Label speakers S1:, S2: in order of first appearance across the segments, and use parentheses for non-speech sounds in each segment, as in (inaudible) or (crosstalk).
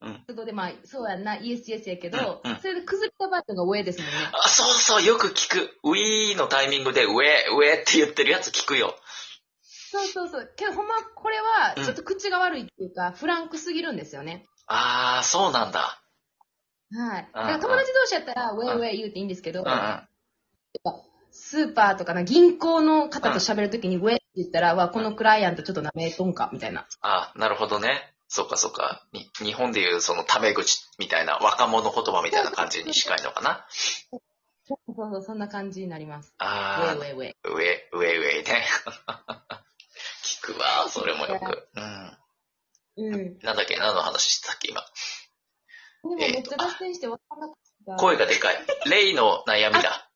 S1: 躍動で、まあ、そうやんな、イエスイエスやけど、
S2: うんうん
S1: それで崩れたバージョンが上ですもんね。
S2: あ、そうそう、よく聞く。ウィーのタイミングで、ウェー、ウェーって言ってるやつ聞くよ。
S1: そうそうそう。けど、ほんま、これ
S2: う
S1: は、
S2: ん
S1: ちょっと口が悪いっていうか、フランクすぎるんですよね。
S2: あー、そうなんだ。
S1: はい。
S2: うん
S1: だから友達同士やったら、ウェイウェイ言うていいんですけど
S2: うん、うん。
S1: スーパーとかな、銀行の方と喋るときに、ウェイって言ったら、わ、このクライアントちょっと舐めとんか、みたいな。
S2: あー、なるほどね。そっかそっか。に日本でいうそのタメ口みたいな、若者言葉みたいな感じに近いのかな。
S1: そうそう、そんな感じになります。ウェ
S2: あ
S1: イウェイウェイ。
S2: ー、ウェー、ウェー、ウェーね。 (laughs) 聞くわ、それもよく。うん。
S1: うん。
S2: なんだっけ、何の話してたっけ、今。
S1: でもめっちゃ脱線してわかんなかった。
S2: 声がでかい。レイの悩みだ。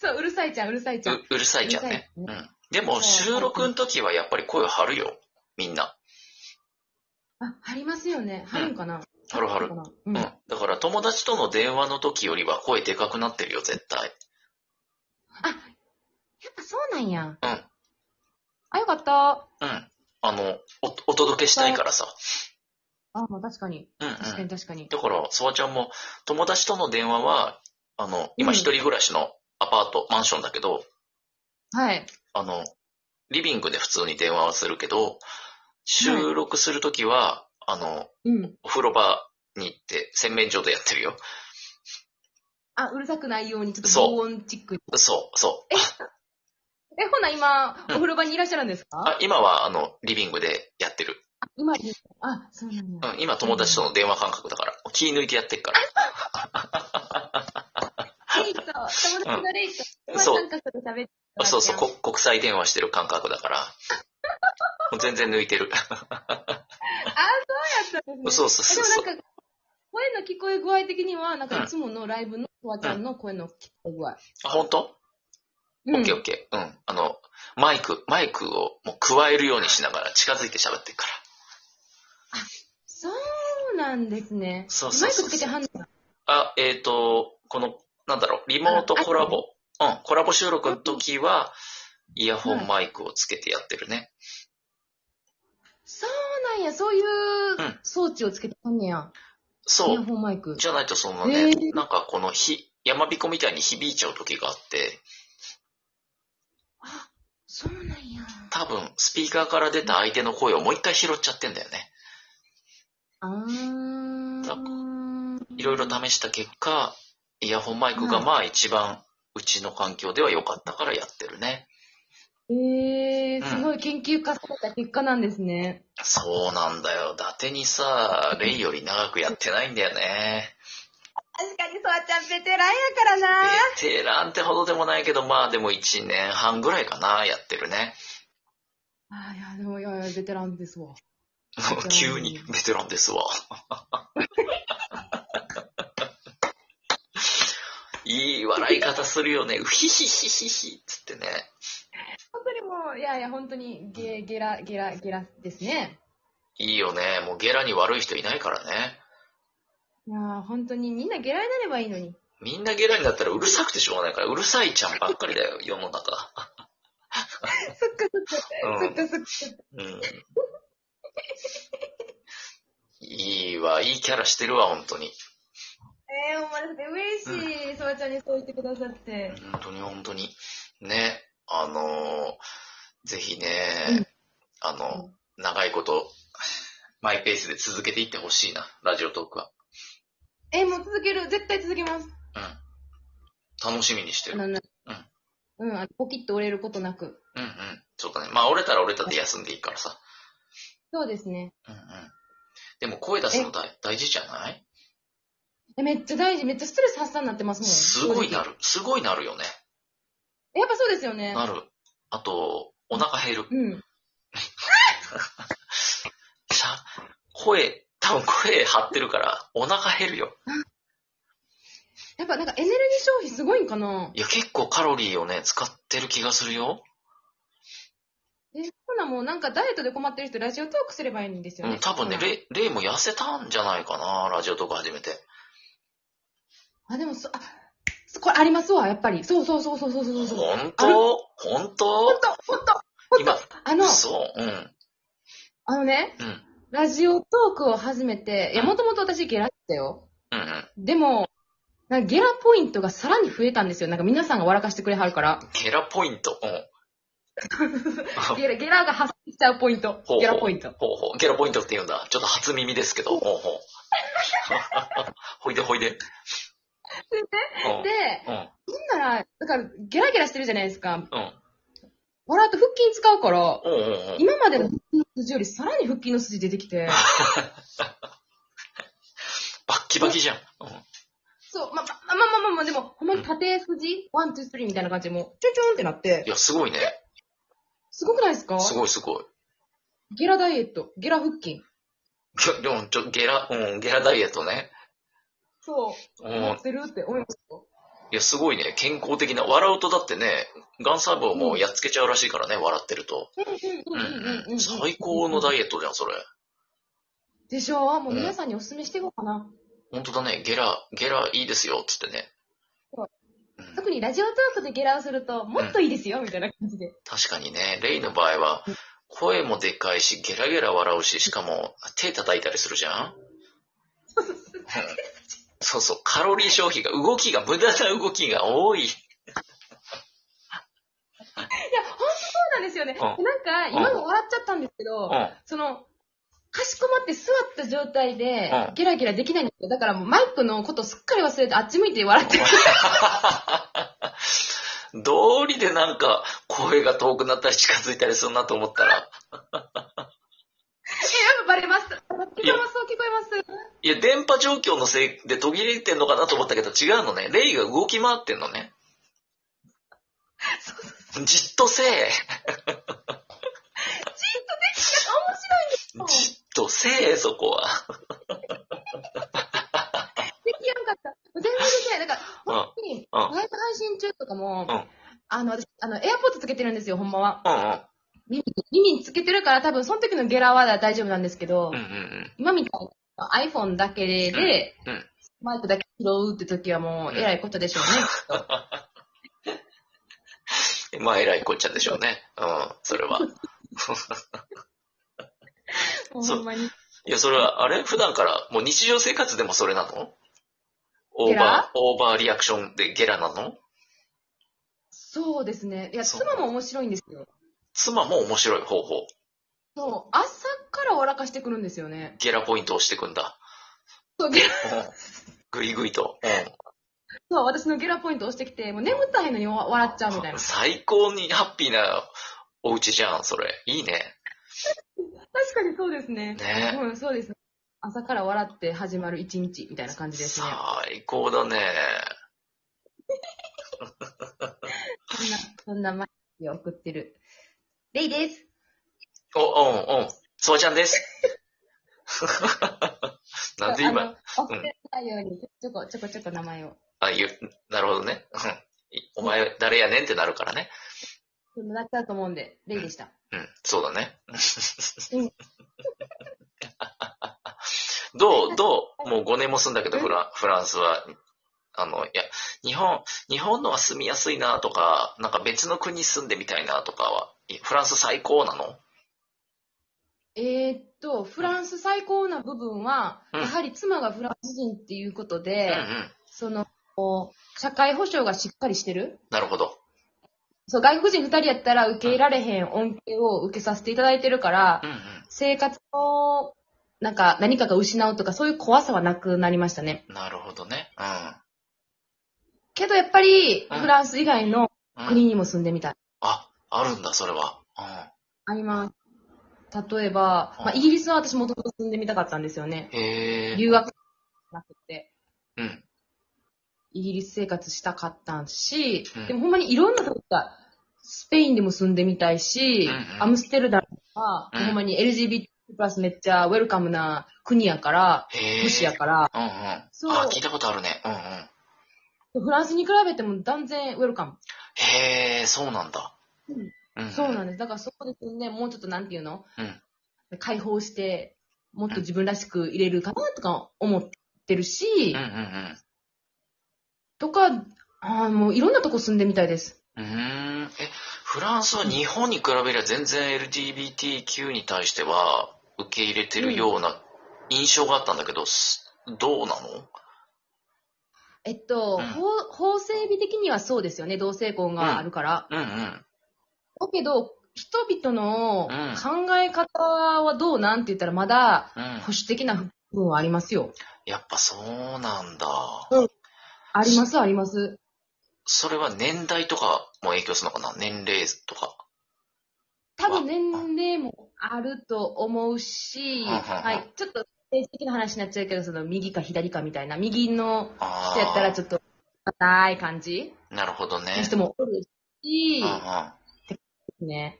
S1: そう、うるさいちゃん、うるさいちゃん。
S2: ううるさいちゃんね。
S1: う
S2: う
S1: る
S2: ん。でも、収録の時はやっぱり声を張るよ。みんな。
S1: あ、貼りますよね。貼るんかな
S2: 貼る貼る
S1: かな
S2: う。
S1: うんん。
S2: だから、友達との電話の時よりは声でかくなってるよ、絶対。
S1: やっぱそうなんや。
S2: うん。
S1: あ、よかった。
S2: うん。あの、お、お届けしたいからさ。
S1: あ、まあ確かに。
S2: うんう
S1: 確か
S2: ん
S1: に。確かに。
S2: だから、ソワちゃんも、友達との電話は、あの、今一人暮らしのアパート、マンションだけど、
S1: はい。
S2: あの、リビングで普通に電話はするけど、収録する時は、あの、
S1: うん。
S2: お風呂場に行って、洗面所でやってるよ。
S1: あ、うるさくないように、ちょっと
S2: そう
S1: 防音チックに。
S2: そう、そう。
S1: え、ほな今、
S2: う
S1: お
S2: ん
S1: 風呂場にいらっしゃるんですか、
S2: あ今は、あの、リビングでやってる。
S1: 今いる、あ、そうなんや。
S2: うん、今、友達との電話感覚だから。気抜いてやってっから。
S1: レイト、友達がレイト、
S2: うん
S1: まあ
S2: そう
S1: なんかそれ喋ってた
S2: あ
S1: ら
S2: そうそう、こ国際電話してる感覚だから。もう全然抜いてる。
S1: あ、そうやったんです
S2: そ
S1: ね。
S2: うそうそうそう。
S1: でもなんか、声の聞こえ具合的には、なんかいつものライブのフワちゃんの声の聞こえ具合。
S2: あ、本当、
S1: うん。
S2: オッケーオッケー。うん。あの、マイク、マイクをもう加えるようにしながら近づいて喋ってるから。
S1: そうなんですね。
S2: そうそうそう
S1: マイクつけてはんのか
S2: あ、えっ、と、この、なんだろう、リモートコラボ。うん、コラボ収録の時は、イヤホンマイクをつけてやってるね。
S1: そうなんや、そうい
S2: ん
S1: う装置をつけてはんねや。イ
S2: そ
S1: ヤ
S2: う。
S1: ホンマイク。
S2: じゃないとそのね、
S1: えー
S2: なんかこのひ、山彦みたいに響いちゃう時があって、
S1: あ、そうなんや。
S2: 多分、スピーカーから出た相手の声をもう一回拾っちゃってんだよね。
S1: あー。
S2: いろいろ試した結果、イヤホンマイクが
S1: うん
S2: まあ一番うちの環境では良かったからやってるね。
S1: え
S2: うん
S1: ー、すごい研究化された結果なんですね。
S2: そうなんだよ。伊達にさ、レイより長くやってないんだよね。
S1: 確かに、そわちゃんベテランやからな
S2: ベテランってほどでもないけど、まあでも1年半ぐらいかな、やってるね。
S1: あーいや、でも、いやいや、ベテランですわ。ん
S2: 急にベテランですわ。いい笑い方するよね。うひひひひひっつってね。
S1: 本当にもう、いやいや、本当に、ゲ、ゲラ、ゲラ、ゲラですね。
S2: いいよね。もうゲラに悪い人いないからね。
S1: いやー本当に、みんなゲラになればいいのに。
S2: みんなゲラになったらうるさくてしょうがないから、うるさいちゃんばっか
S1: (laughs)
S2: りだよ、世の中。
S1: そっかそっか、
S2: うん
S1: そっかそっか。
S2: うん。いいわ、いいキャラしてるわ、本当に。
S1: えー、お前だって嬉しい、そわちゃんにそう言ってくださって。
S2: 本当に本当に。ね、あのーぜひね、
S1: うん
S2: あの、長いこと、マイペースで続けていってほしいな、ラジオトークは。
S1: えー、もう続ける、絶対続けます。
S2: うん。楽しみにして
S1: あ
S2: る。
S1: の、うん、うん、あのポキッと折れることなく。
S2: うんうん。ちょっとね、まあ折れたら折れたで休んでいいからさ。
S1: そうですね。
S2: うんうん。でも声出すの大大事じゃない
S1: えめっちゃ大事、めっちゃストレス発散になってますもん。
S2: すごいな
S1: 正
S2: る。すごいなるよね。
S1: 直。やっぱそうですよね。
S2: なる。あと、お腹減る。
S1: うん。
S2: さ、声、多分声張ってるから、お腹減るよ。
S1: やっぱなんかエネルギー消費すごいんかない
S2: や、結構カロリーをね、使ってる気がするよ。
S1: え、ほなもうなんかダイエットで困ってる人ラジオトークすればいいんですよ
S2: う
S1: ね
S2: ん、。多分ね、
S1: ほな
S2: レイ、レイも痩せたんじゃないかな、ラジオとか始めて。
S1: あ、でもそ、あ、そこれありますわ、やっぱり。そうそうそうそうそうそうそう。
S2: 本
S1: ある
S2: 当本
S1: ほん
S2: 当
S1: と、ほんと、ほんと
S2: 今。
S1: あの、
S2: そう、うん、
S1: あのね、
S2: うん。
S1: ラジオトークを始めて、いや、もともと私ゲラだったよ。
S2: うんうん。
S1: でも、なんかゲラポイントがさらに増えたんですよ。なんか皆さんが笑かしてくれはるから。
S2: ゲラポイント。う
S1: (laughs)
S2: ん。
S1: ゲラ、ゲラが発生しちゃうポイント
S2: ほうほ。う
S1: ゲラポイント。
S2: ほうほう。ゲラポイントって言うんだ。ちょっと初耳ですけど。ほうほう。ほいでほいで。
S1: で、
S2: うん。うん。
S1: ほんなら、だから、ゲラゲラしてるじゃないですか。
S2: うん。
S1: 笑うと腹筋使うから、
S2: うんうんうん。
S1: 今までの腹筋の筋よりさらに腹筋の筋出てき
S2: (laughs)
S1: て、
S2: バッキバキじゃん。うん。
S1: そう、ま、ま、ま、ま、ま、ま、でも、ほんまに縦筋ワン、ツー、スリーみたいな感じでもう、チュンチュンってなって
S2: い、や、すごいね。
S1: すごくないですか
S2: すごいすごい。
S1: ゲラダイエット、ゲラ腹筋。
S2: いやでも、ちょ、ゲラ、うん、ゲラダイエットね。
S1: そう、
S2: うん。
S1: 思ってるって思いますよ。
S2: いや、すごいね。健康的な。笑うとだってね、ガン細胞もやっつけちゃうらしいからね、笑ってると。
S1: うんうんうんうんうん。
S2: 最高のダイエットじゃん、それ。
S1: でしょもう皆さんにお勧めしていこうかな。
S2: 本当だね。ゲラ、ゲラいいですよ、つってね。
S1: そう
S2: うん
S1: 特にラジオトークでゲラをすると、もっといいですよ、みたいな感じで。
S2: 確かにね、レイの場合は
S1: う、
S2: 声もでかいし、ゲラゲラ笑うし、しかも、手叩いたりするじゃ
S1: (laughs)
S2: んうんそうそう、カロリー消費が、動きが、無駄な動きが多い。
S1: いや、ほんとそうなんですよね。
S2: ん
S1: なんか、今も笑っちゃったんですけ
S2: う
S1: ど
S2: ん。、うん。
S1: その、かしこまって座った状態で
S2: うん、
S1: ゲラゲラできないんですよ。だからもうマイクのことすっかり忘れて、あっち向いて笑ってる。
S2: 道理でなんか、声が遠くなったり近づいたりするなと思ったら、
S1: え、やっぱバレます。聞こえます、聞こえます。
S2: いや、電波状況のせいで途切れてんのかなと思ったけど、違うのね。レイが動き回ってんのね。じっとせえ。
S1: 面白いんですよ。
S2: じっとせえ、そこは。
S1: できやんかった。全然できない。だから、
S2: うん
S1: 本当に、
S2: うん
S1: ライブ配信中とかも
S2: うん、
S1: あの、私、あの、エアポッドつけてるんですよ、ほんまは。
S2: う
S1: 耳に、耳につけてるから、多分、その時のゲラは大丈夫なんですけど
S2: んうん。う、んうん
S1: 今みたいに iPhone だけで、
S2: うん。うん。
S1: マイクだけ拾うって時はもう、えらいことでしょうね。
S2: まあ、えらいこっちゃでしょうね。うん、そ
S1: (laughs)
S2: れは。
S1: もう
S2: そう
S1: (laughs) ほんまに。
S2: いや、それは、あれ普段から、もう日常生活でもそれなのオ
S1: ゲ
S2: ーバ
S1: ラ
S2: ー、オーバーリアクションでゲラなの
S1: そうですね。いや、
S2: そう
S1: 妻も面白いんですよ。
S2: 妻も面白い方法。
S1: そう、朝から笑かしてくるんですよね。
S2: ゲラポイントをしてくんだ。
S1: そう、ゲラ、
S2: うんぐいぐいと。う
S1: そう私のゲラポイント押してきて、もう眠たいのにわ笑っちゃうみたい
S2: ん
S1: な。
S2: 最高にハッピーなお家じゃん、それ。いいね。
S1: 確かにそうですね。
S2: ね
S1: うん、そうですね。朝から笑って始まる一日みたいな感じですね。
S2: 最高だね。
S1: そんな、そんな毎日を送ってる。レイです。
S2: お、うん、うん。そうちゃ
S1: (laughs)
S2: んです。なんで
S1: あ
S2: 今、
S1: の忘れないように、ちょこちょこちょこ名前を。
S2: あ、言う、なるほどね。うんいお前誰やねんってなるからね。
S1: そんななっちゃうと思うんで、レイでした。
S2: うん、そうだね。
S1: うん
S2: (laughs) どう、どう、もう5年も住んだけど、フランフランスは、あの、いや、日本、日本のは住みやすいなとか、なんか別の国住んでみたいなとかは、いフランス最高なの
S1: えーっと、フランス最高な部分は、
S2: うん
S1: やはり妻がフランス人っていうこと
S2: う
S1: で
S2: んう、ん。
S1: その、こう社会保障がしっかりしてる。
S2: なるほど。
S1: そう、外国人二人やったら受け入れられへん恩恵を受けさせていただいてるから
S2: う、んうん。
S1: 生活の、なんか、何かが失うとか、そういう怖さはなくなりましたね。
S2: なるほどね。う
S1: けど、やっぱり、
S2: うん
S1: フランス以外の
S2: ん。うん、
S1: 国にも住んでみたい。
S2: あ、あるんだ、それは。
S1: あります。例えば、まあ、
S2: うん
S1: イギリスは私もともと住んでみたかったんですよね。
S2: うん。へえ。
S1: 留学なくて、
S2: うん。
S1: イギリス生活したかったんし
S2: うん、
S1: でもほんまにいろんなとこが、スペインでも住んでみたいし、
S2: うんうん
S1: アムステルダムは、
S2: うん
S1: ほんまに LGBT プラスめっちゃウェルカムな国やから、
S2: へえ。
S1: 都市やから、
S2: うんうん。あ、
S1: そう
S2: 聞いたことあるね。うんうん。
S1: フランスに比べても断然ウェルカム。
S2: へえ、そうなんだ。
S1: うん
S2: うん
S1: そうなんです。だからそこで住んで、もうちょっとなんていうの、解放して、もっと自分らしく入れるかなとか思ってるし、
S2: うんうん
S1: とか、あーもういろんなとこ住んでみたいです。
S2: うん。うーん。え、フランスは日本に比べりゃ全然 LGBTQ に対しては、受け入れてるような印象があったんだけど、すどうなの
S1: えっと、
S2: うん
S1: 法法整備的にはそうですよね、同性婚があるから。
S2: うんうん。
S1: だけど、人々の
S2: うん
S1: 考え方はどうなんって言ったら、まだ
S2: うん
S1: 保。守的な部分はありますよ。
S2: やっぱそうなんだ。
S1: あります、あります。
S2: それは年代とかも影響するのかな年齢とか。
S1: 多分年齢もあると思うし、
S2: うんうんうん
S1: はい、ちょっと政治的な話になっちゃうけど、その右か左かみたいな、右の
S2: あ
S1: 人
S2: あ。
S1: やったらちょっと硬い感じ
S2: なるほどね
S1: の。人もおるし
S2: うん、うん。
S1: ね。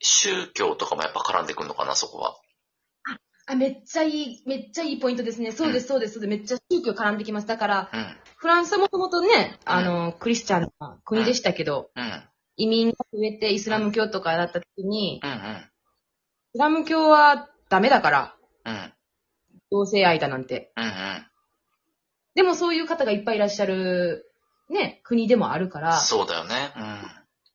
S2: 宗教とかもやっぱ絡んでくるのかなそこは。
S1: あ、めっちゃいい、めっちゃいいポイントですね。そうです、そうです。めっちゃ宗教絡んできます。だから、
S2: うん。
S1: フランスはもともとね、あの、クリスチャンな国でしたけど、
S2: うん。
S1: 移民が増えてイスラム教とかだった時に、イ
S2: うんうん。
S1: スラム教はダメだから、
S2: うん。
S1: 同性愛だなんて。
S2: うんうん。
S1: でもそういう方がいっぱいいらっしゃる、ね、国でもあるから、そ
S2: そうだよね。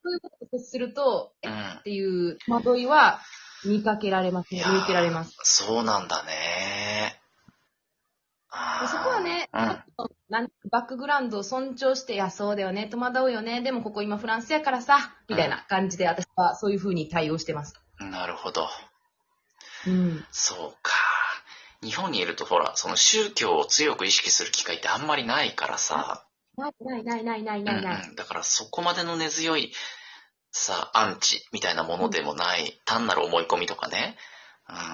S1: ういうことと接すると、
S2: う
S1: え
S2: ん。
S1: っ
S2: うん。
S1: ていう戸惑いは見かけられますね。見受けられます。
S2: そうなんだね。あー
S1: そこはね
S2: うん。うん
S1: なんバックグラウンドを尊重して、いや、そうだよね、戸惑うよね、でもここ今フランスやからさ、みたいな感じで私はそういうふうに対応してます。
S2: なるほど。
S1: うん。
S2: そうか。日本にいるとほら、その宗教を強く意識する機会ってあんまりないからさ。
S1: ないないないないないないない。
S2: うんうんだからそこまでの根強いさ、アンチみたいなものでもない、単なる思い込みとかね。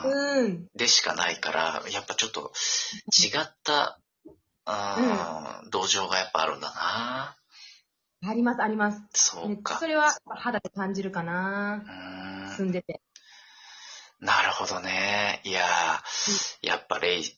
S2: うん
S1: うん。
S2: でしかないから、やっぱちょっと違った、あー同情がやっぱあるんだな。
S1: ありますあります。
S2: そ
S1: め
S2: う
S1: っちゃ
S2: か。
S1: それは肌で感じるかな
S2: う。ーん
S1: 住んでて。
S2: なるほどね。いやー、やっぱレイ、